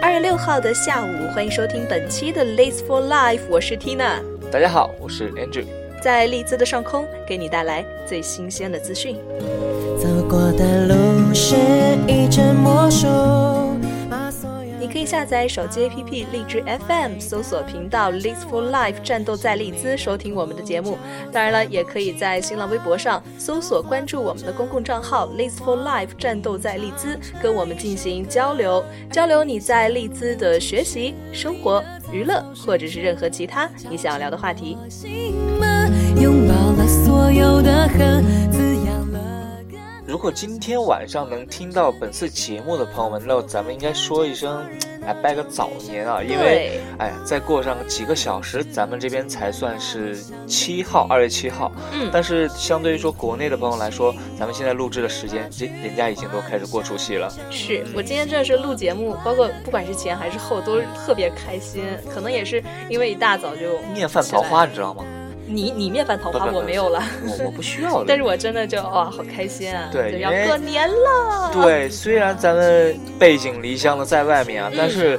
二月六号的下午，欢迎收听本期的 Leeds for Life，我是 Tina，大家好，我是 Andrew。在利兹的上空给你带来最新鲜的资讯。走过的路是一阵魔术，把所有你可以下载手机 APP 荔枝 FM，搜索频道 Leeds for Life 战斗在利兹收听我们的节目。当然了，也可以在新浪微博上搜索关注我们的公共账号 Leeds for Life 战斗在利兹，跟我们进行交流，交流你在利兹的学习、生活、娱乐，或者是任何其他你想要聊的话题。心门，拥抱了所有的恨，滋养了感。如果今天晚上能听到本次节目的朋友们，那咱们应该说一声，哎，拜个早年啊！因为，对，哎，再过上几个小时，咱们这边才算是七号，二月七号。嗯，但是相对于说国内的朋友来说，咱们现在录制的时间，人人家已经都开始过除夕了。是我今天真的是录节目，包括不管是前还是后，都特别开心。可能也是因为一大早就面泛桃起来花，你知道吗？你你面泛桃花不不不我没有 了，我我不需要了。 但是我真的就哇，好开心啊！对要因为过年了，，对，虽然咱们背井离乡的在外嗯面啊，但是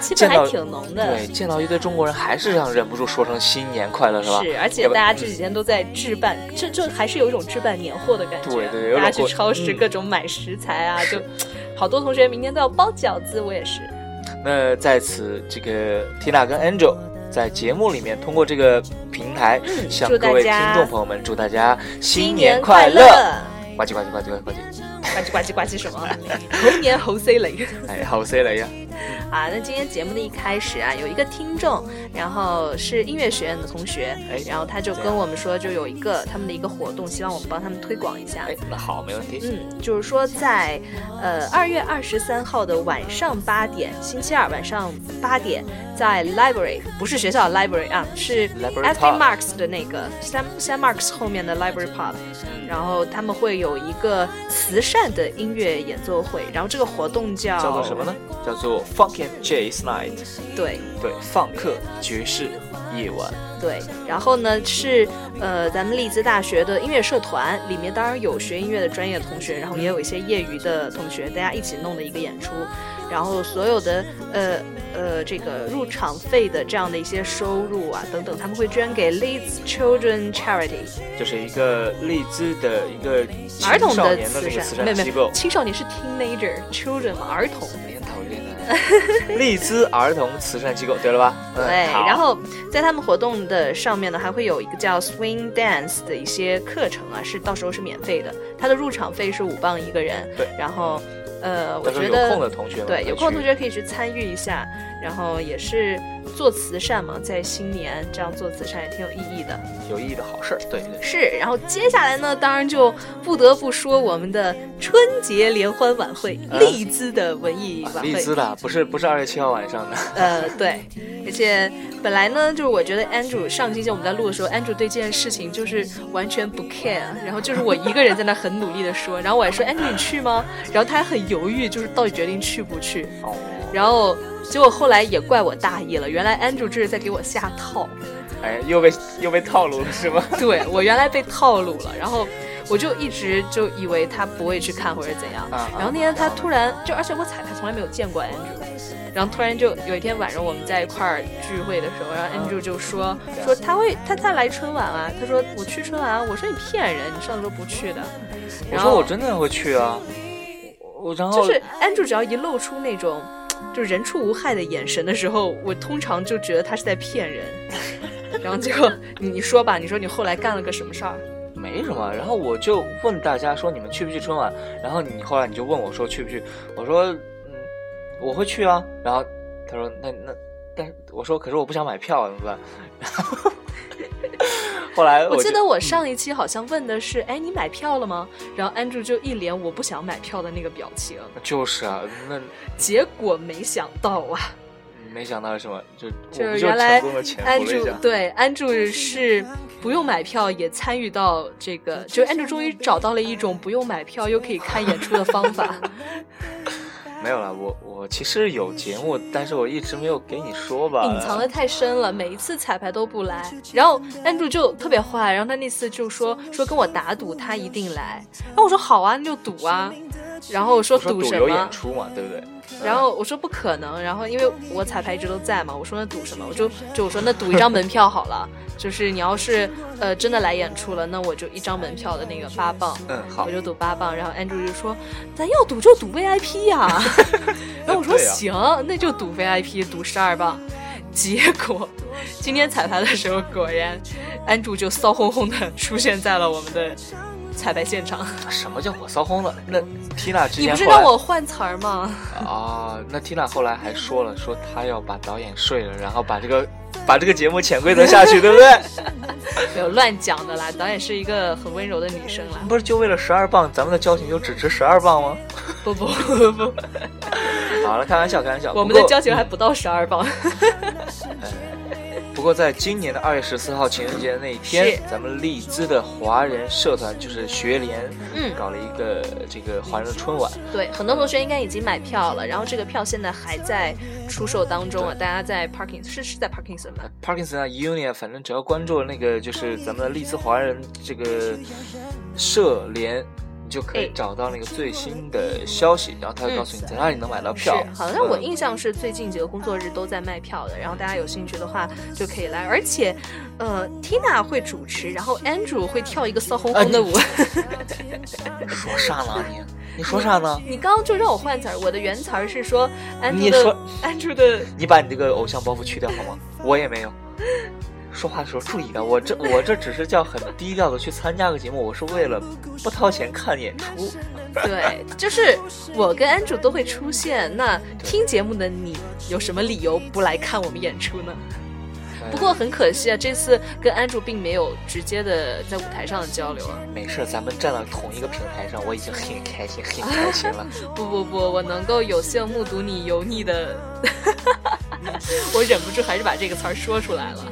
气氛见到还挺浓的对。见到一堆中国人，还是让忍不住说声新年快乐，是吧？是，而且要不大家这几天都在置办，这这还是有一种置办年货的感觉。对对有大家种去过超市嗯各种买食材啊，是就好多同学明天都要包饺子，我也是。那在此，这个缇娜跟 Angel 在节目里面通过这个平台，向祝大各位听家众朋友们祝大家新年快乐！呱唧呱唧呱唧呱唧呱呱唧！唧呱唧呱唧什么？ 猴年猴 C 雷。哎，好 C 了呀！啊，那今天节目的一开始啊，有一个听众，然后是音乐学院的同学，哎然后他就跟我们说，就有一个他们的一个活动，希望我们帮他们推广一下。哎，那好，没问题。嗯，就是说在，呃，二月二十三号的晚上八点，星期二晚上八点，在 library 不是学校的 library 啊，是 Library F Pub Marks 的那个 Sam Sam Marks 后面的 library pub，然嗯后他们会有一个慈善的音乐演奏会，然后这个活动叫叫做什么呢？？叫做 Funk and Jazz Night，对，对，放克爵士夜晚。对，然后呢是呃咱们利兹大学的音乐社团，里面当然有学音乐的专业同学，然后也有一些业余的同学，大家一起弄的一个演出。然后所有的呃呃这个入场费的这样的一些收入啊等等，他们会捐给 Leeds Children Charity 就是一个利兹的一个青儿童少年的慈这个慈没善有没机有构，青少年是 teenager children 嘛儿童。很讨厌的利兹儿童慈善机构，对了吧？嗯对，好然后在他们活动的上面呢，还会有一个叫 Swing Dance 的一些课程啊，是到时候是免费的，它的入场费是五磅一个人。对，然后呃，我到时候觉有空的得同学们可对以有空的去同学可以去参与一下，然后也是做慈善嘛，在新年这样做慈善也挺有意义的。有意义的好事儿，对对。是，然后接下来呢，当然就不得不说我们的春节联欢晚会，呃利兹的文艺啊晚利会。兹的，不是不是二月七号晚上的，呃，对，而且本来呢，就是我觉得 Andrew 上期节目我们在录的时候，Andrew 对这件事情就是完全不 care，然后就是我一个人在那很努力的说，然后我还说 Andrew 你去吗？然后他还很犹豫，就是到底决定去不去。哦，然后结果后来也怪我大意了，原来 Andrew 这是在给我下套，哎，又被又被套路了是吗？对我原来被套路了，然后我就一直就以为他不会去看或者怎样。啊 然后那天他突然就，而且我彩排从来没有见过 Andrew，然后突然就有一天晚上我们在一块儿聚会的时候，然后 Andrew 就说对啊说他会他他来春晚啊，他说我去春晚啊，我说你骗人，你上次说不去的，我然说后我真的会去啊，我我然后就是 Andrew 只要一露出那种就人畜无害的眼神的时候，我通常就觉得他是在骗人。 然后结果你你说吧，你说你后来干了个什么事儿？没什么，然后我就问大家说你们去不去春晚？然后你后来你就问我说去不去？我说嗯，我会去啊。然后他说那那，但是我说可是我不想买票啊怎么办？ 然后后来我就记得我上一期好像问的是，哎，你买票了吗？然后 Andrew 就一脸我不想买票的那个表情，就是啊，那结果没想到啊没想到是什么，就就我是不就原来成功的潜伏了一，Andrew 下。对 Andrew 是不用买票也参与到这个，就 Andrew 终于找到了一种不用买票又可以看演出的方法。没有了，我我其实有节目，但是我一直没有给你说吧。隐藏的太深了，每一次彩排都不来。然后安住就特别坏，然后他那次就说说跟我打赌，他一定来。然后我说好啊，那就赌啊。然后我说我说赌什有演么？出嘛，对不对？然后我说不可能。然后因为我彩排一直都在嘛，我说那赌什么？我就就我说那赌一张门票好了。就是你要是呃真的来演出了，那我就一张门票的那个八磅。嗯，好我，就赌八磅，然后 Andrew 就说：“咱要赌就赌 VIP 呀、 然后我说：“对啊行，那就赌 VIP，赌十二磅。”结果今天彩排的时候，果然 Andrew 就骚烘烘的出现在了我们的彩排现场。什么叫我骚轰了？那 Tina 之你前不是后来让我换词儿吗？啊，那 Tina 后来还说了，说她要把导演睡了，然后把这个把这个节目潜规则下去，对不对？ 没有乱讲的啦，导演是一个很温柔的女生 啦。不是就为了十二磅，咱们的交情就只值十二磅吗？不不不不，好了，开玩笑，开玩笑。我们不的过交情还不到十二磅。不过，在今年的二月十四号情人节那一是天，咱们利兹的华人社团就是学联，嗯搞了一个这个华人春晚。 对，很多同学应该已经买票了，然后这个票现在还在出售当中啊，大家在 Parking 是是在 Parkinson 吗？ Parkinson 啊，Union，反正只要关注了那个就是咱们的利兹华人这个社联，你就可以哎找到那个最新的消息，然后他会告诉你在哪里能买到是票。，好像我嗯印象是最近几个工作日都在卖票的，然后大家有兴趣的话就可以来。而且，呃，Tina 会主持，然后 Andrew 会跳一个骚烘烘的舞。说啥呢你？你说啥呢？ 你刚刚就让我换词儿，我的原词儿是说 Andrew 你的说 Andrew 的你把你这个偶像包袱去掉好吗？我也没有。说话的时候注意点，我这我这只是叫很低调的去参加个节目，我是为了不掏钱看演出。 对，就是我跟 Andrew 都会出现。那听节目的你有什么理由不来看我们演出呢？不过很可惜啊，这次跟 Andrew 并没有直接的在舞台上的交流啊。嗯没事，咱们站到同一个平台上，我已经很开心，很开 心了。不不不，我能够有幸目睹你油腻的， 嗯我忍不住还是把这个词儿说出来了。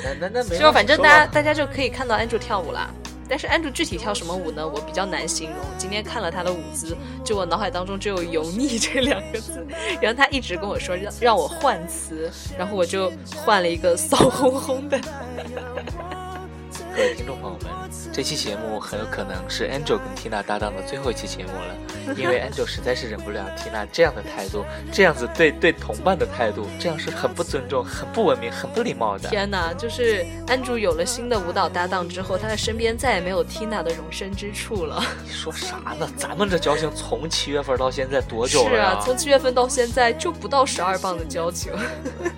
那那那没话就是反正说大家了大家就可以看到 Andrew 跳舞啦。但是 Andrew 具体跳什么舞呢？我比较难形容。今天看了他的舞姿，就我脑海当中只有油腻这两个字。然后他一直跟我说让让我换词，然后我就换了一个骚烘烘的。各位听众朋友们，这期节目很有可能是 Angel 跟 Tina 搭档的最后一期节目了，因为 Angel 实在是忍不了 Tina 这样的态度，这样子对对同伴的态度，这样是很不尊重、很不文明、很不礼貌的。天 哪，就是安主有了新的舞蹈搭档之后，他的身边再也没有 Tina 的容身之处了。你说啥呢？咱们这交情从七月份到现在多久是了呀、啊，从七月份到现在就不到十二磅的交情。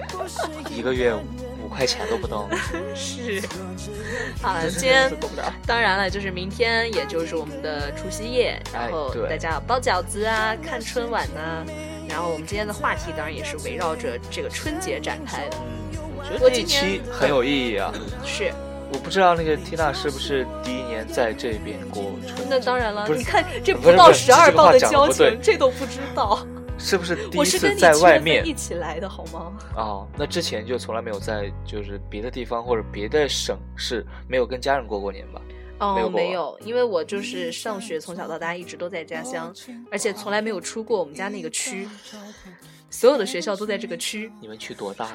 一个月五块钱都不能， 是，好了，真今是天受不了。当然了，就是明天，也就是我们的除夕夜，然哎后对大家要包饺子啊，看春晚呐、然后我们今天的话题当然也是围绕着这个春节展开的，嗯我觉我得这今一期年很有意义啊！是。我不知道那个 Tina 是不是第一年在这边过春那节，当然了，不是你看这不是到不是十二这句话磅的讲得交不情对，这都不知道。是不是第我一是跟次你在七外月面份一起来的好吗？哦，那之前就从来没有在就是别的地方或者别的省市没有跟家人过过年吧？没哦，有过没有，因为我就是上学，从小到大一直都在家乡，而且从来没有出过我们家那个区，所有的学校都在这个区。你们去多大呀？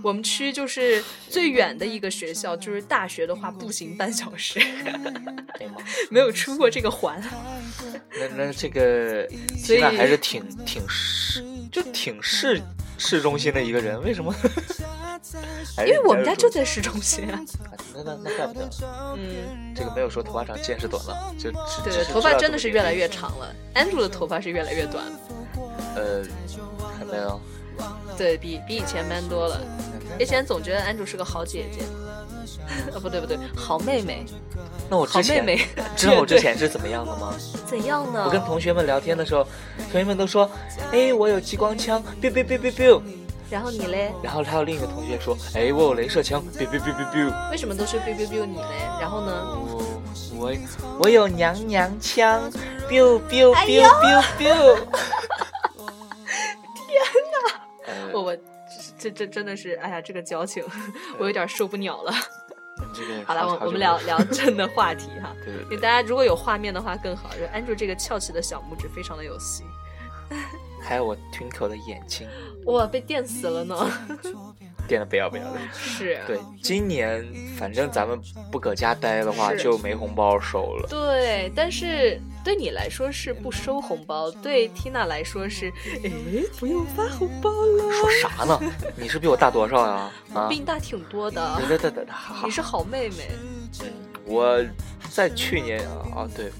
我们区就是最远的一个学校，就是大学的话步行半小时， 哎呀妈！没有出过这个环。那那这个所以 Tina 还是挺挺市，就挺市市中心的一个人，为什么？还是因为我们家人就住在市中心啊。啊那那那怪不得嗯，这个没有说头发长见识短了，就只对只对，是头发知道真的是这越个来越长了。Andrew 的头发是越来越短了，呃，还没有。对比比以前 man 多了。嗯以前总觉得 Andrew 是个好姐姐， 呃、不对不对，好妹妹，那我好之妹前 妹。嗯知道我之前是怎么样的吗？怎样呢？我跟同学们聊天的时候，同学们都说：“哎，我有激光枪，biu biu biu biu biu。”然后你嘞？然后还有另一个同学说：“哎，我有镭射枪，biu biu biu biu biu。为什么都是 biu biu biu 你嘞？然后呢？我”我我有娘娘腔，biu biu biu biu biu。天哪！我呃，我这这真的是，哎呀，这个矫情， 我有点受不了了。这个好了，我好久我们没聊嗯说聊正的话题哈。 对对给对大家如果有画面的话更好，就 Andrew 这个翘起的小拇指非常的有戏。还有我 Twinkle 的眼睛，哇，被电死了呢！电的不要不要 的。是， 对，今年反正咱们不搁家待的话，是就没红包收了。对，但是对你来说是不收红包，对 Tina 来说是，哎，不用发红包了，说啥呢？你是比我大多少呀？啊比，你大挺多的，对对对对，好你是好妹妹。我在去年啊，啊对，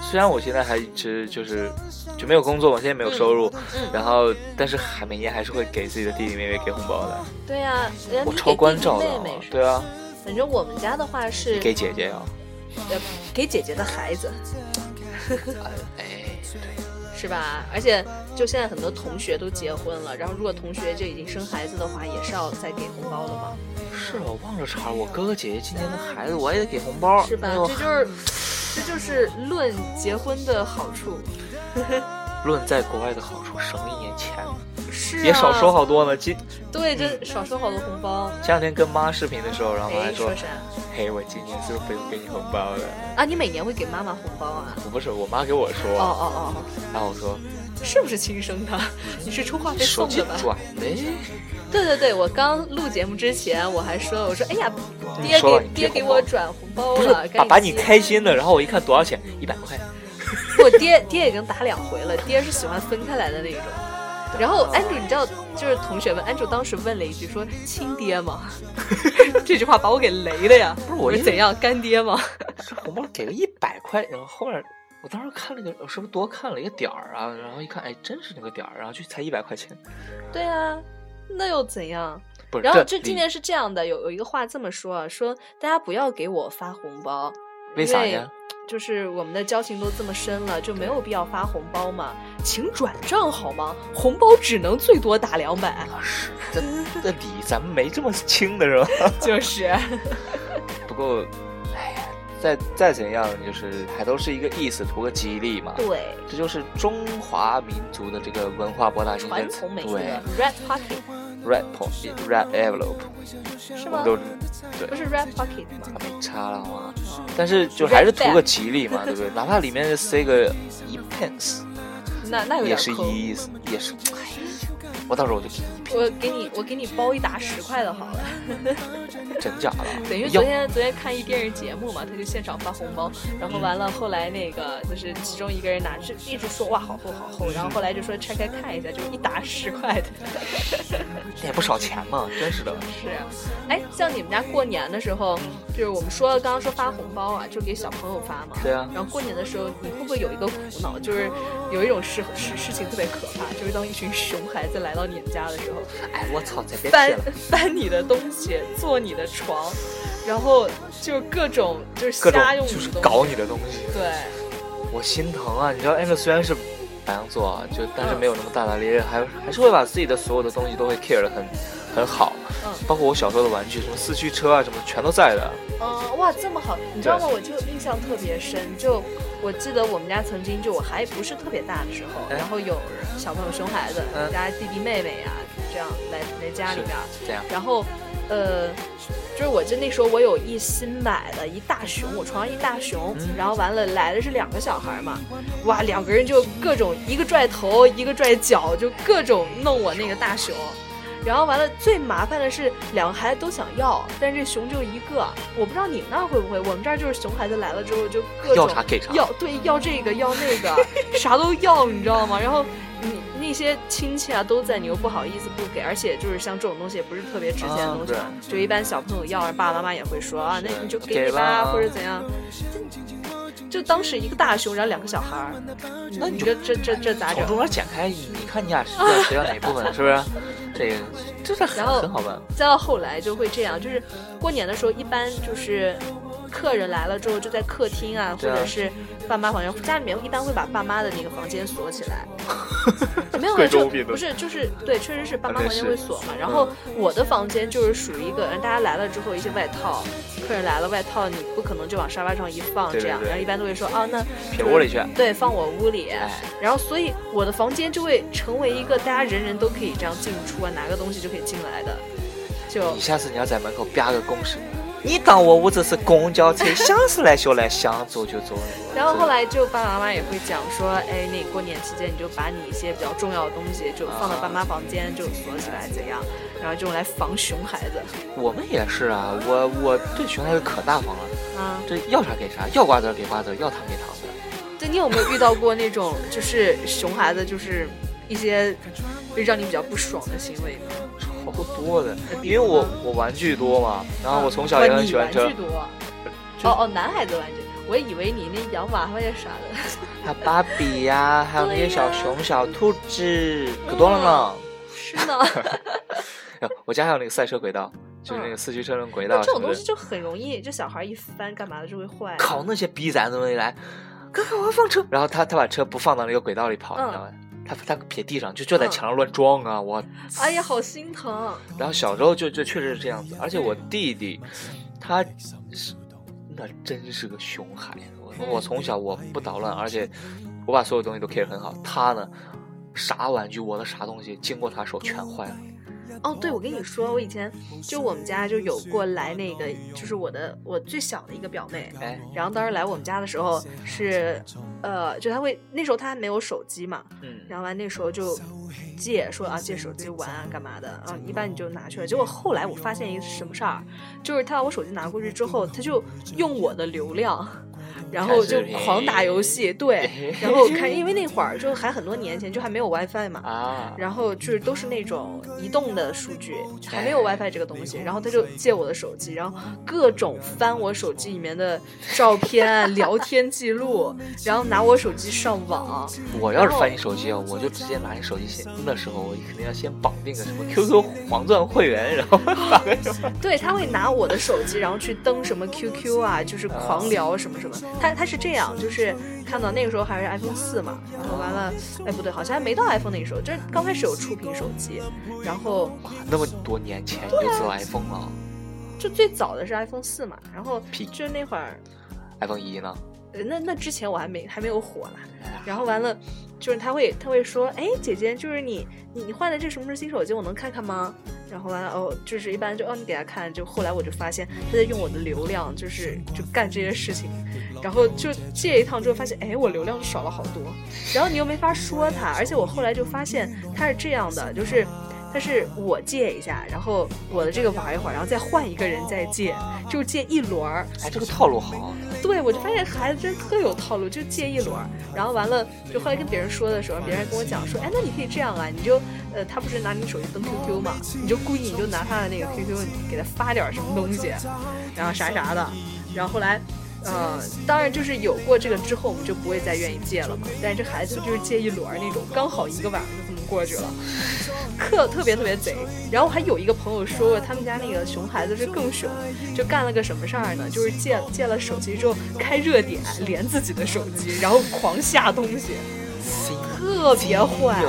虽然我现在还一直就是就没有工作嘛，现在没有收入，嗯然后但是还每年还是会给自己的弟弟妹妹给红包的，对呀、人家我你超给关嗯弟弟照的妹啊妹是吧对啊，反正我们家的话是给姐姐啊，呃给姐姐的孩子，哎，是吧？而且就现在很多同学都结婚了，然后如果同学就已经生孩子的话，也是要再给红包的嘛，是我忘了茬儿，我哥哥姐姐今年的孩子我也得给红包，是吧？这哎呦就是这就是论结婚的好处，论在国外的好处，省一年钱，是、啊、也少收好嗯多呢。今对，这少收好多红包。前两天跟妈视频的时候，然后妈哎，还说说啥：“嘿，我今年是不是不用给你红包了啊？你每年会给妈妈红包啊？”？我不是，我妈给我说，哦哦哦，然后我说是不是亲生的？你是充话费手送机的吧？转的，对对对，我刚录节目之前我还说，我说哎呀，爹你嗯说了给你爹给别红包我转红包不是了，爸赶爸紧你接开心的。然后我一看多少钱，一百块， 我爹爹已经打两回了，爹是喜欢分开来的那种。然后安主，你知道，就是同学们，安主当时问了一句说“亲爹 吗？”这句话把我给雷的呀！不是我我因说为怎样干爹吗？这红包给个一百块，然后后面。我当时看了个，我是不是多看了一个点儿啊？然后一看，哎，真是那个点儿，然后就才一百块钱，对啊，那又怎样？不是。然后这今里年是这样的，有有一个话这么说啊，说大家不要给我发红包，为啥呀？？就是我们的交情都这么深了，就没有必要发红包嘛，请转账好吗？红包只能最多打两百，啊是，这这理咱们没这么轻的是吧？ 就是不过，哎呀，再再怎样，就是还都是一个意思，图个吉利嘛。对这就是中华民族的这个文化博大精传深。统美对学，red pocket ，red pocket red envelope，是我吗们？都不是 red pocket 吗？没差了嘛。但是就还是图个吉利嘛，对不对？哪怕里面塞个一 pence，那那有也点是抠。一意思，也是。哎呀，我到时候我就给你我给你，我给你包一沓十块的好了。 真假的。等于要昨天昨天看一电视节目嘛，他就现场发红包，然后完了后来那个就是其中一个人拿着一直说哇好厚好嗯厚，然后后来就说拆开看一下，就一沓十块的。 也不少钱嘛，真是的。是，哎，像你们家过年的时候，嗯就是我们说刚刚说发红包啊，就给小朋友发嘛。对啊然后过年的时候，你会不会有一个苦恼，就是有一种事事事情特别可怕，就是当一群熊孩子来到你们家的时候，哎，我操，再别提翻了。翻你的东西，坐你的床，然后就是各种就是各种瞎用就是你的东西搞你的东西，对，我心疼啊！你知道 Amber 虽然是白羊座啊，就但是嗯没有那么大大咧咧，还还是会把自己的所有的东西都会 care 的很很好，嗯包括我小时候的玩具，什么四驱车啊什么全都在的。哦、哇，这么好，你知道吗？对我就印象特别深，就我记得我们家曾经就我还不是特别大的时候，嗯然后有小朋友熊孩子，嗯我们家弟弟妹妹呀、这样来来家里是面儿，这样，然后，呃，就是我就那时候我有一新买的一大熊，我床上一大熊，嗯然后完了来的是两个小孩嘛，哇，两个人就各种一个拽头，一个拽脚，就各种弄我那个大熊。然后完了，最麻烦的是两个孩子都想要，但是这熊就一个。我不知道你们那儿会不会，我们这儿就是熊孩子来了之后就各种要啥给啥要对要这个要那个，啥都要，你知道吗？然后你那些亲戚啊都在，你又不好意思不给，而且就是像这种东西也不是特别值钱的啊东西嘛，就一般小朋友要，爸爸妈妈也会说啊，那是你就给你吧，吧或者怎样。就就当时一个大熊，然后两个小孩儿，那你这这这这咋从中整？间剪开，你你看你俩谁要谁要哪 部分，是不是？这个这是很然后很好办，再到后来就会这样，就是过年的时候，一般就是客人来了之后，就在客厅啊，或对啊者是爸妈房间，家里面一般会把爸妈的那个房间锁起 来。没有啊，贵州就病毒不是就是对，确实是爸妈啊对房间是嗯会锁嘛。然后我的房间就是属于一个，嗯大家来了之后一些外套，客人来了外套你不可能就往沙发上一放对对这样，对然后一般都会说啊那撇屋里去。对放我屋里。哎，然后，所以我的房间就会成为一个大家人人都可以这样进出啊，拿个东西就可以进来的，就你下次你要在门口啪个公式，你当我屋子是公交车，想是来就来，想走就走。然后后来就爸爸妈妈也会讲说，哎，那过年期间你就把你一些比较重要的东西就放到爸妈房间，就锁起来怎样，然后这种来防熊孩子。我们也是啊，我我对熊孩子可大方了，啊，这要啥给啥，要瓜子儿给瓜子儿，要糖给糖的。对你有没有遇到过那种就是熊孩子就是一些让你比较不爽的行为呢？超多嗯的，因为我我玩具多嘛，然啊后我从小也哇很你喜欢玩折具，多啊。就哦哦，男孩子玩具，我以为你那洋娃娃呀啥 的。还有芭比呀、还有那些小熊、小兔子，可多了哦呢。是呢，哎 我家还有那个赛车轨道，就是那个四驱车轮轨道嗯那什这么种东的西，就很容易，就小孩一翻干嘛的就会坏。靠那些逼崽子们一来，哥哥我要放车，然后他他把车不放到那个轨道里跑，嗯你知道吗？他他撇地上，就就在嗯墙上乱撞啊！我哎呀，好心疼！然后小时候就就确实是这样子，而且我弟弟，他是那真是个熊孩子。我我从小我不捣乱，而且我把所有东西都 care 很好。他呢，啥玩具我的啥东西经过他手全坏了。哦，对，我跟你说，我以前就我们家就有过来那个，就是我的我最小的一个表妹，哎，然后当时来我们家的时候是，呃，就她会那时候她还没有手机嘛，嗯，然后完那时候就借说啊借手机玩啊干嘛的啊，一般你就拿去了。结果后来我发现一个什么事儿，就是他把我手机拿过去之后，他就用我的流量。然后就狂打游戏，对，然后看，因为那会儿就还很多年前，就还没有 WiFi 嘛，啊，然后就是都是那种移动的数据，还没有 WiFi 这个东西。然后他就借我的手机，然后各种翻我手机里面的照片啊、聊天记录，然后拿我手机上网。我要是翻你手机啊，我就直接拿你手机先。那时候我肯定要先绑定个什么 QQ 黄钻会员，然后打个什么。对他会拿我的手机，然后去登什么 QQ 啊，就是狂聊什么什么。他他是这样，就是看到那个时候还是 iPhone 四嘛，然后完了，哎不对，好像还没到 iPhone 那个时候，就是刚开始有触屏手机，然后哇，那么多年前你就知道 iPhone 了就最早的是 iPhone 四嘛，然后屁就是那会儿， ，iPhone 一呢？呃那那之前我还没还没有火呢。然后完了，就是他会他会说，哎，姐姐，就是你你你换的这什么是新手机，我能看看吗？然后完了哦，就是一般就哦你给他看，就后来我就发现他在用我的流量，就是就干这些事情，然后就借一趟之后发现，哎，我流量少了好多，然后你又没法说他，而且我后来就发现他是这样的，就是。他是我借一下，然后我的这个玩一会儿，然后再换一个人再借，就借一轮儿，哎，这个套路好。对，我就发现孩子真特有套路，就借一轮儿，然后完了，就后来跟别人说的时候，别人还跟我讲说，哎，那你可以这样啊，你就，呃，他不是拿你手机登 QQ 嘛，你就故意你就拿他的那个 QQ，你给他发点儿什么东西，然后啥啥的，然后后来，呃，当然就是有过这个之后，我们就不会再愿意借了嘛，但是这孩子就是借一轮儿那种，刚好一个晚上就这么过去了。特特别特别贼。然后还有一个朋友说过，他们家那个熊孩子是更熊，就干了个什么事儿呢？就是借借了手机之后开热点连自己的手机，然后狂下东西，特别坏。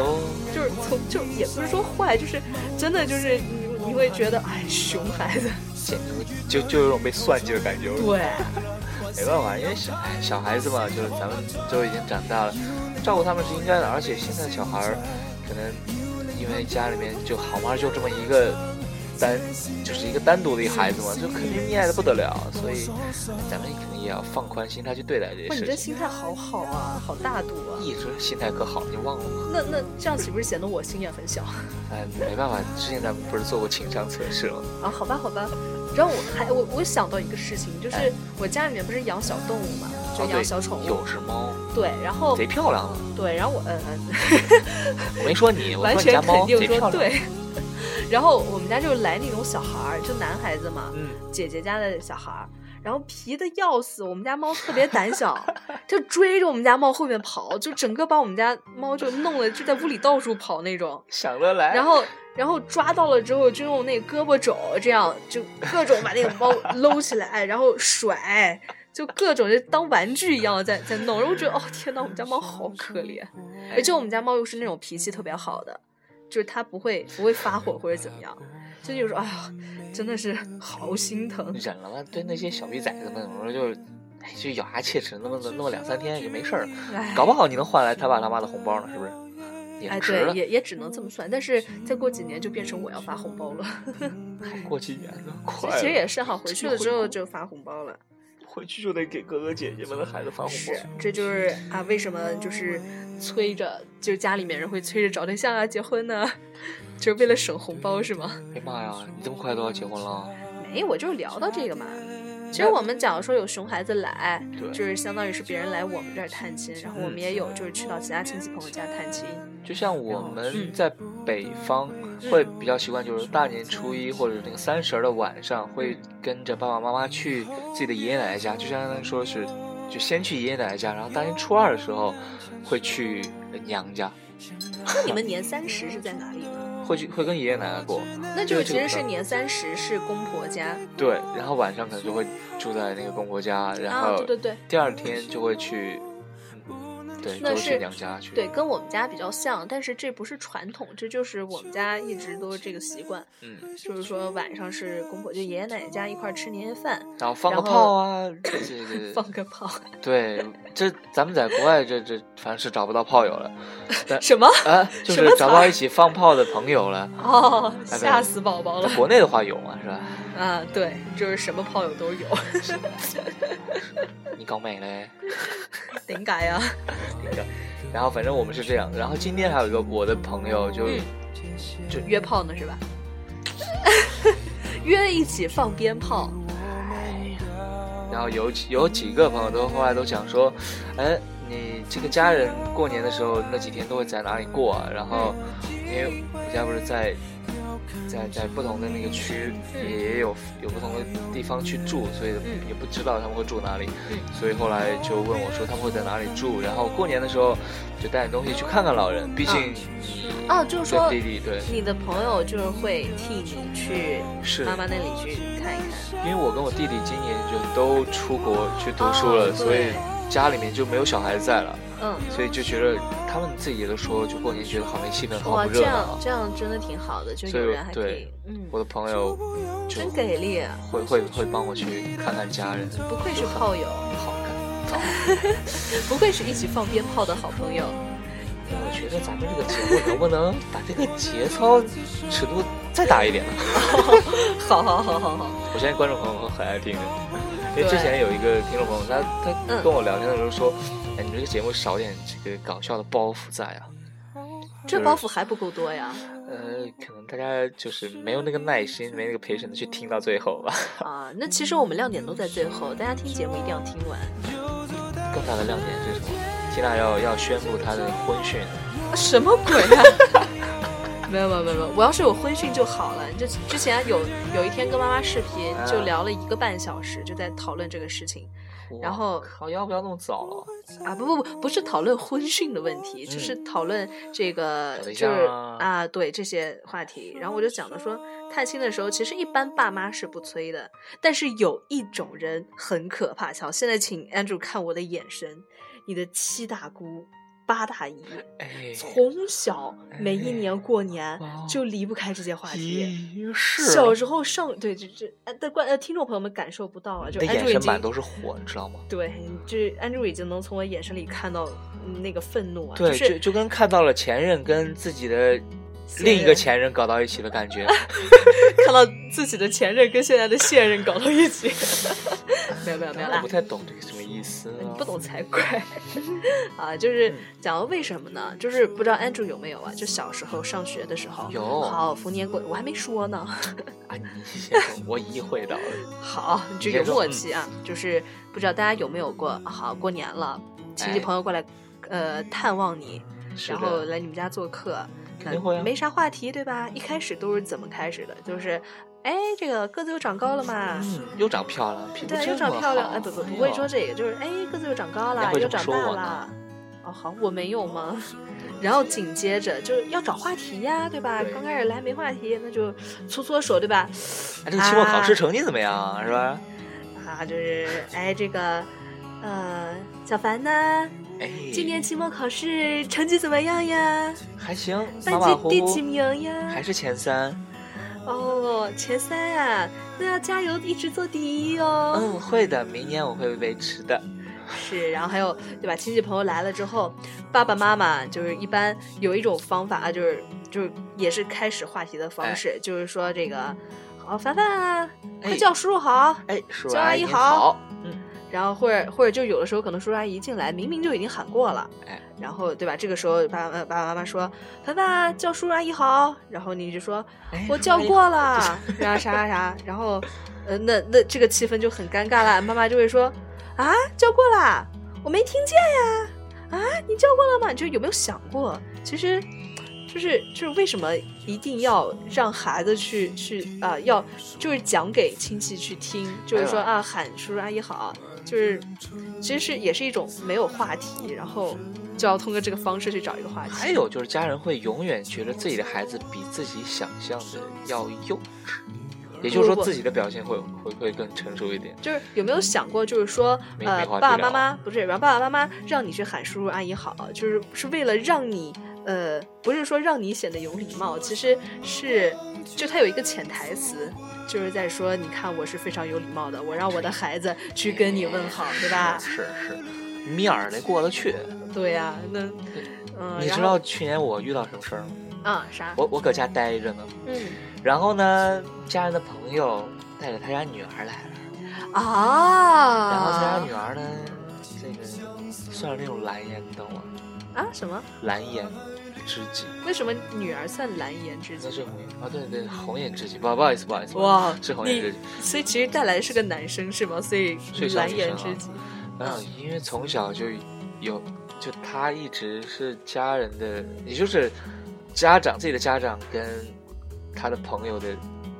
就是从就也不是说坏，就是真的就是你你会觉得哎，熊孩子，简直就就有种被算计的感觉。对，没办法，因为小哎小孩子嘛，就是咱们都已经长大了，照顾他们是应该的。而且现在小孩儿可能因为家里面就好嘛，就这么一个单，就是一个单独的一孩子嘛，就肯定溺爱的不得了。所以咱们肯定也要放宽心态去对待这哇，些你事这情。心态好好啊，好大度啊。一直心态可好，你忘了吗？那那这样岂不是显得我心眼很小？哎，没办法，之前咱们不是做过情商测试吗？啊，好吧，好吧。然后我还我我想到一个事情，就是哎我家里面不是养小动物嘛，就哦，养对，小宠物。有只猫，对，然后贼漂亮啊！对，然后我嗯，嗯我没说你，我完说你全家猫肯定贼漂说亮。对。 然后我们家就来那种小孩儿，就男孩子嘛，嗯，姐姐家的小孩儿，然后皮的要死。我们家猫特别胆小，就追着我们家猫后面跑，就整个把我们家猫就弄得就在屋里到处跑那种。想得来。然后然后抓到了之后，就用那胳膊肘这样就各种把那个 猫搂起来，然后甩，就各种就当玩具一样在在弄。然后我觉得哦天呐，我们家猫好可怜，而且我们家猫又是那种脾气特别好的，就是它不会不会发火或者怎么样。这就是哎呀，真的是好心疼。忍了吧，对那些小逼崽子们，我说就，哎，就咬牙切齿，那么弄两三天也就没事儿了，哎，嗯搞不好你能换来他爸他妈的红包呢，是不是？也哎值对，了。也也只能这么算。但是再过几年就变成我要发红包了。还过几年呢，快了哎其实也是哈，回去了之后就发红包了。回去就得给哥哥姐姐们的孩子发红是包。，这就是啊，为什么就是催着，就是家里面人会催着找对象啊、结婚呢、就是为了省红包是吗？哎妈呀，你这么快都要结婚了？没，我就是聊到这个嘛。其实我们假如说有熊孩子来，对就是相当于是别人来我们这儿探亲，然后我们也有就是去到其他亲戚朋友家探亲。就像我们嗯在北方会比较习惯，就是大年初一或者那个三十儿的晚上，会嗯跟着爸爸妈妈去自己的爷爷奶奶家，就相当于说是就先去爷爷奶奶家，然后大年初二的时候会去娘家，那你们年三十是在哪里呢？会去会跟爷爷奶奶过。那就是这其实个是地方年三十是公婆家对，然后晚上可能就会住在那个公婆家，然啊，后对对对第二天就会去，嗯对，就那会是去娘家去。对，，跟我们家比较像，但是这不是传统，这就是我们家一直都这个习惯，嗯，就是说晚上是公婆就爷爷奶奶家一块儿吃年夜饭，然后放个然后炮啊，这这这放个炮， 对，这咱们在国外这这反正是找不到炮友了，但什么？啊，什就是么词找不到一起放炮的朋友了。哦，哎对吓死宝宝了在国内的话有嘛，是吧？啊！对，就是什么炮友都有， 你搞美嘞。顶改呀。然后反正我们是这样。然后今天还有一个我的朋友就，嗯约炮呢是吧？ 约一起放鞭炮，然后有几有几个朋友都后来都讲说，哎，你这个家人过年的时候那几天都会在哪里过啊？然后因为我家不是在。在在不同的那个区嗯也也有有不同的地方去住，所以嗯也不知道他们会住哪里。嗯所以后来就问我说他们会在哪里住，然后过年的时候就带点东西去看看老人，毕竟你哦，就是跟说弟弟对你的朋友就是会替你去是，妈妈那里去看一看。因为我跟我弟弟今年就都出国去读书了，哦所以家里面就没有小孩在了，嗯，所以就觉得他们自己也都说，就过年觉得好没气氛，好哇，不这热样闹。这样真的挺好的，就所以有人还可以对，嗯，我的朋友就真给力啊，会会会帮我去看看家人，不愧是炮友，好看。 不愧是一起放鞭炮的好朋友。我觉得咱们这个节目能不能把这个节操尺度再大一点？好好好好好， 我相信观众朋友会很爱听的，因对为之前有一个听众朋友，他他嗯跟我聊天的时候说，哎，你这个节目少点这个搞笑的包袱在啊，这包袱还不够多呀！呃，可能大家就是没有那个耐心，没那个 patience 去听到最后吧。啊，那其实我们亮点都在最后，大家听节目一定要听完。 更大的亮点是什么？缇娜要要宣布她的婚讯，啊什么鬼啊！ 没有没有没有没有，我要是有婚讯就好了。就之前有有一天跟妈妈视频，就聊了一个半小时，就在讨论这个事情然后哇靠，要不要那么早？啊！不不不，不是讨论婚讯的问题，就是嗯讨论这个找对就象是啊啊对这些话题。然后我就讲到说，探亲的时候其实一般爸妈是不催的，但是有一种人很可怕。瞧，现在请 Andrew 看我的眼神，你的七大姑八大姨。哎，从小每一年过年哇哦就离不开这些话题。咦是小啊时候上对这这呃，但观呃听众朋友们感受不到啊，你就的 Andrew 眼已神经满都是火，你知道吗？对，这 Andrew 已经能从我眼神里看到嗯那个愤怒啊，对，就就是就跟看到了前任跟自己的另一个前任搞到一起的感觉。看到自己的前任跟现在的现任搞到一起， 没 有没有没有我啦不，太懂这个什么意思、啊，你不懂才怪 啊！就是讲到为什么呢？就是不知道 Andrew 有没有啊？就小时候上学的时候，有好逢年过，我还没说呢。啊？你先说，我一会 到了。好，这你有先说嗯默契啊，就是不知道大家有没有过，好过年了，亲戚哎朋友过来，呃，探望你，是然的后来你们家做客，肯定会那啊没啥话题对吧？一开始都是怎么开始的？就是，哎，这个个子又长高了嘛。嗯，又长漂亮，皮肤对，这又长么漂亮，好哎，不不哎呦不会说这个，就是哎，个子又长高你了，会又怎长么说大我呢了。哦，好，我没有吗？ 然后紧接着就是要找话题呀，对吧？对刚开始来没话题，那就搓搓手，对吧？哎，这个期末考啊试成绩怎么样啊？是吧？啊，就是哎，这个，呃，小凡呢，哎，今年期末考试成绩怎么样呀？还行，马班马级虎第几虎，名还呀？是前三。哦，前三啊，那要加油，一直做第一哦。嗯，会的，明年我会维持的。是，然后还有对吧？亲戚朋友来了之后，爸爸妈妈就是一般有一种方法啊，就是就是也是开始话题的方式，就是说这个。哦，凡凡啊，哎快叫叔叔好。哎，叔周阿姨姨好好，嗯，然后或者或者就有的时候可能叔叔阿姨进来，明明就已经喊过了，哎，然后对吧？这个时候爸爸爸爸妈妈说：“凡凡啊叫叔叔阿姨好。”然后你就说：“哎我叫 过了，然后啥啥啥，然后，呃，那那这个气氛就很尴尬了。妈妈就会说，啊，叫过啦，我没听见呀，啊，你叫过了吗？你就有没有想过，其实，就是就是为什么一定要让孩子去去啊、要就是讲给亲戚去听，就是说哎呀啊，喊叔叔阿姨好，就是其实是也是一种没有话题，然后就要通过这个方式去找一个话题。还有就是家人会永远觉得自己的孩子比自己想象的要幼稚，也就是不不说自己的表现会会会更成熟一点。就是有没有想过，就是说，嗯没呃没，话爸爸题妈聊妈不是，然后爸爸妈妈让你去喊叔叔阿姨好，就是是为了让你，呃，不是说让你显得有礼貌，其实是就他有一个潜台词，就是在说，你看我是非常有礼貌的，我让我的孩子去跟你问好，对吧？是是，面儿得过得去。对呀、那嗯，你然知后道去年我遇到什么事儿吗？啊啥？我我搁家待着呢，嗯然后呢，家人的朋友带着他家女儿来了，啊，然后他家女儿呢，这个算是那种蓝颜，你懂吗？啊什么？蓝颜知己，为什么女儿算蓝颜知那己？是红颜啊，对对，红颜知己，不不好意思不好意思，哇，是红颜你知己。所以其实带来是个男生是吗？所以所以是个蓝女颜生知啊己。啊，因为从小就有，就他一直是家人的，也就是家长自己的家长跟他的朋友的，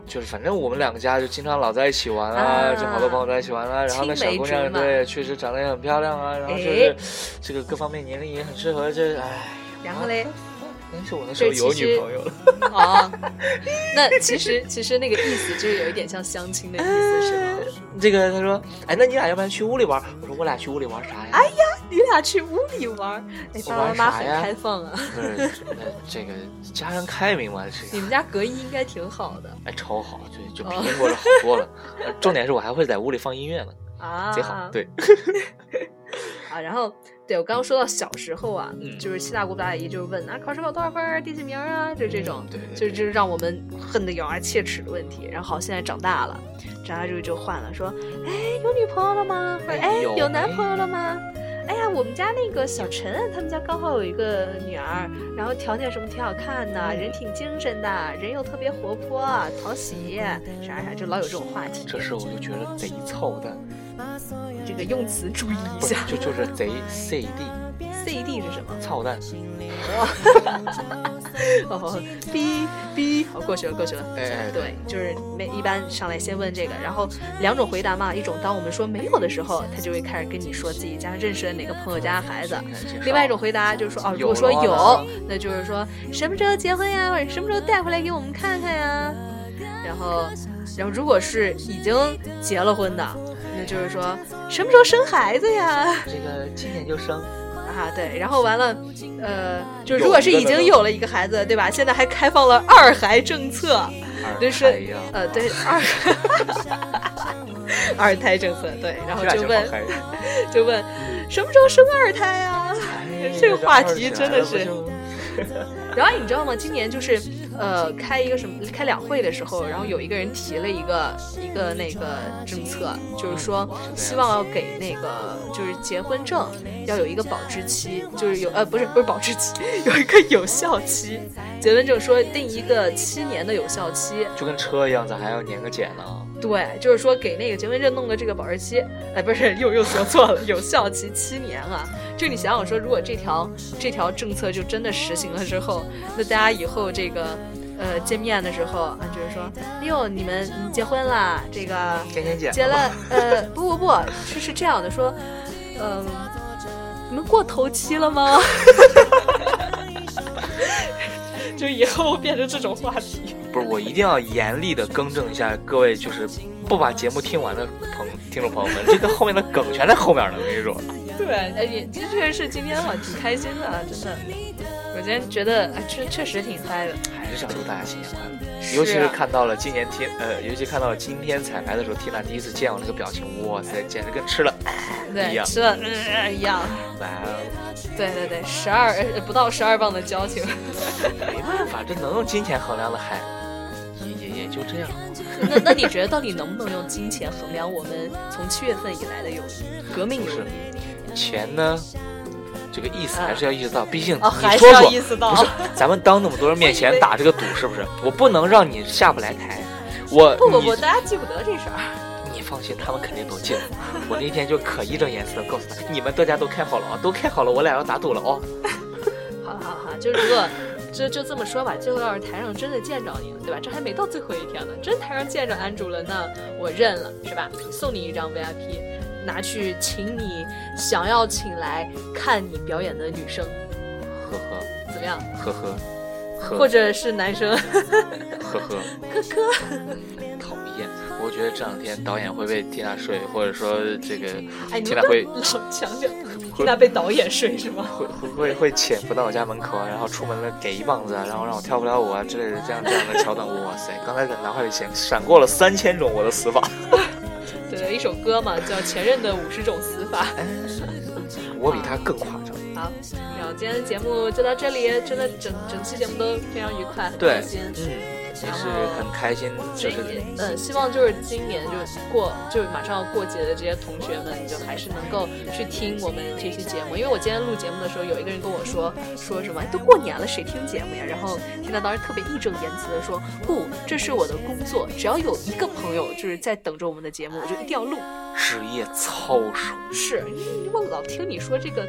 就是反正我们两个家就经常老在一起玩啊，啊就好多朋友在一起玩啊。然后那青小梅姑竹娘马对，确实长得也很漂亮啊，然后就哎是这个各方面年龄也很适合，这哎。然后嘞，但是我那时候对有其实女朋友了， 哦，那其实其实那个意思就是有一点像相亲的意思，是吗？呃这个他说，哎，那你俩要不然去屋里玩？我说我俩去屋里玩啥呀？哎 你俩去屋里玩儿，哎，我爸爸妈玩妈啥很呀开放啊，不是， 那这个家人开明嘛，这个。你们家隔音应该挺好的哎，超好，就就哦拼过了好多了。呃重点是我还会在屋里放音乐呢，啊，贼好。对，啊，然后对我刚刚说到小时候啊，嗯就是七大姑八大姨就问啊，考试考多少分儿，第几名啊，就这种，嗯对对就对就是让我们恨得咬牙切齿的问题。然后好，现在长大了，长大之后就换了，说，哎，有女朋友了吗？或者哎哎，有有男朋友了吗？哎呀，我们家那个小陈，他们家刚好有一个女儿，然后条件什么挺好看的，人挺精神的，人又特别活泼，讨喜，啥啥，就老有这种话题。这时候我就觉得贼操蛋，这个用词注意一不是下。就就是贼 CD CD 是什么？操蛋。哦， 哔哔，好过去了，过去了。哎对，就是没一般上来先问这个，然后两种回答嘛，一种当我们说没有的时候，他就会开始跟你说自己家认识的哪个朋友家孩子。另外一种回答就是说，哦，如果说有了有啊，那就是说什么时候结婚呀，或者什么时候带回来给我们看看呀。然后，然后如果是已经结了婚的，那就是说什么时候生孩子呀？这个今年 就生，啊，对，然后完了，呃，就是有如果是一个已经的有了一个孩子，对吧？现在还开放了二孩政策，就二是胎呀，呃，对，二 二胎政策，对，然后这俩呃就就问啊 好嗨嗯就问什么时候生二胎啊？哎这个话题这真的二胎是不就然后你知道吗？今年就是呃，开一个什么开两会的时候，然后有一个人提了一个一个那个政策，就是说希望要给那个就是结婚证要有一个保质期，就是有呃不是不是保质期， 有一个有效期。结婚证说定一个七年的有效期，就跟车一样，咱还要年个检呢。对，就是说给那个结婚证弄个这个保质期，哎，不是 又又说错了，有效期七年啊。就你想想说，如果这条这条政策就真的实行了之后，那大家以后这个呃见面的时候啊，就是说，哎呦，你们你结婚啦，这个天天检结吧了，呃， 不不不，是是这样的，说，嗯、你们过头期了吗？ 就以后变成这种话题。不是，我一定要严厉的更正一下各位，就是不把节目听完的朋听众朋友们，这个后面的梗全在后面呢，我跟你说。对，哎，也的确是今天我挺开心的，啊，真的。我今天觉得啊，确确实挺嗨的。还是想祝大家新年快乐，是啊尤其是看到了今年天呃，尤其看到了今天彩排的时候，缇娜第一次见我那个表情，哇塞，简直跟吃了，一对，样吃了、嗯、一样。哇哦，对对对，十二呃不到十二磅的交情。没办法，这能用金钱衡量的还也也也也就这样。那那你觉得到底能不能用金钱衡量我们从七月份以来的友谊、革命友不是谊？钱呢，这个意思还是要意识到，毕竟哦，还是你说要说意，识到 不，是咱们当那么多人面前打这个赌，是不是？我不能让你下不来台。我不不不，你大家记不得这事儿。你放心，他们肯定都进了。我那天就可义正言辞的告诉他，你们大家都开好了啊，都开好了，我俩要打赌了哦。好了好了好了，就如果就就这么说吧，最后要是台上真的见着你了，对吧？这还没到最后一天呢，真台上见着安主了，那我认了，是吧？送你一张 VIP，拿去请你想要请来看你表演的女生，呵呵怎么样？呵呵呵，或者是男生， 呵呵。哥哥，讨厌，我觉得这两天导演会被缇娜睡，或者说这个哎，你缇们娜都会老强调，缇娜被导演睡是吗？会会会会潜伏到我家门口啊，然后出门了给一棒子啊，然后让我跳不了舞啊之类的这样这样的桥段。哇塞，刚才在脑海里闪闪过了三千种我的死法。对，一首歌嘛，叫《前任的五十种死法》。哎我比他更夸张。好，然后今天的节目就到这里，真的整整期节目都非常愉快，很开对，心嗯，。也是很开心，其就实是也，呃，希望就是今年就是过，就是马上要过节的这些同学们，就还是能够去听我们这期节目。因为我今天录节目的时候，有一个人跟我说，说什么哎都过年了，谁听节目呀？然后听到当时特别义正言辞的说，不，这是我的工作，只要有一个朋友就是在等着我们的节目，我就一定要录。职业操守。是，因为我老听你说这个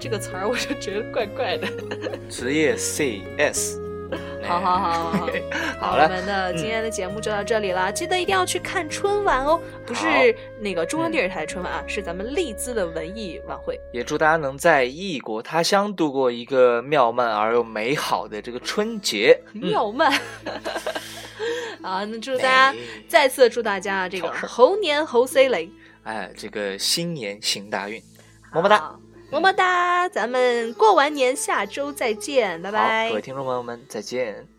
这个词儿，我就觉得怪怪的。职业 CS。好好好好好。 好我了，们的今天的节目就到这里了，记得一定要去看春晚哦，不好嗯是那个中央电视台的春晚啊，是咱们丽兹的文艺晚会。也祝大家能在异国他乡度过一个妙曼而又美好的这个春节。妙 曼，啊，那祝大家再次祝大家这个哎好事儿猴年猴塞雷，哎，这个新年行大运，么么哒！好，好，么么哒，咱们过完年下周再见，拜拜各位。听众朋友们，再见。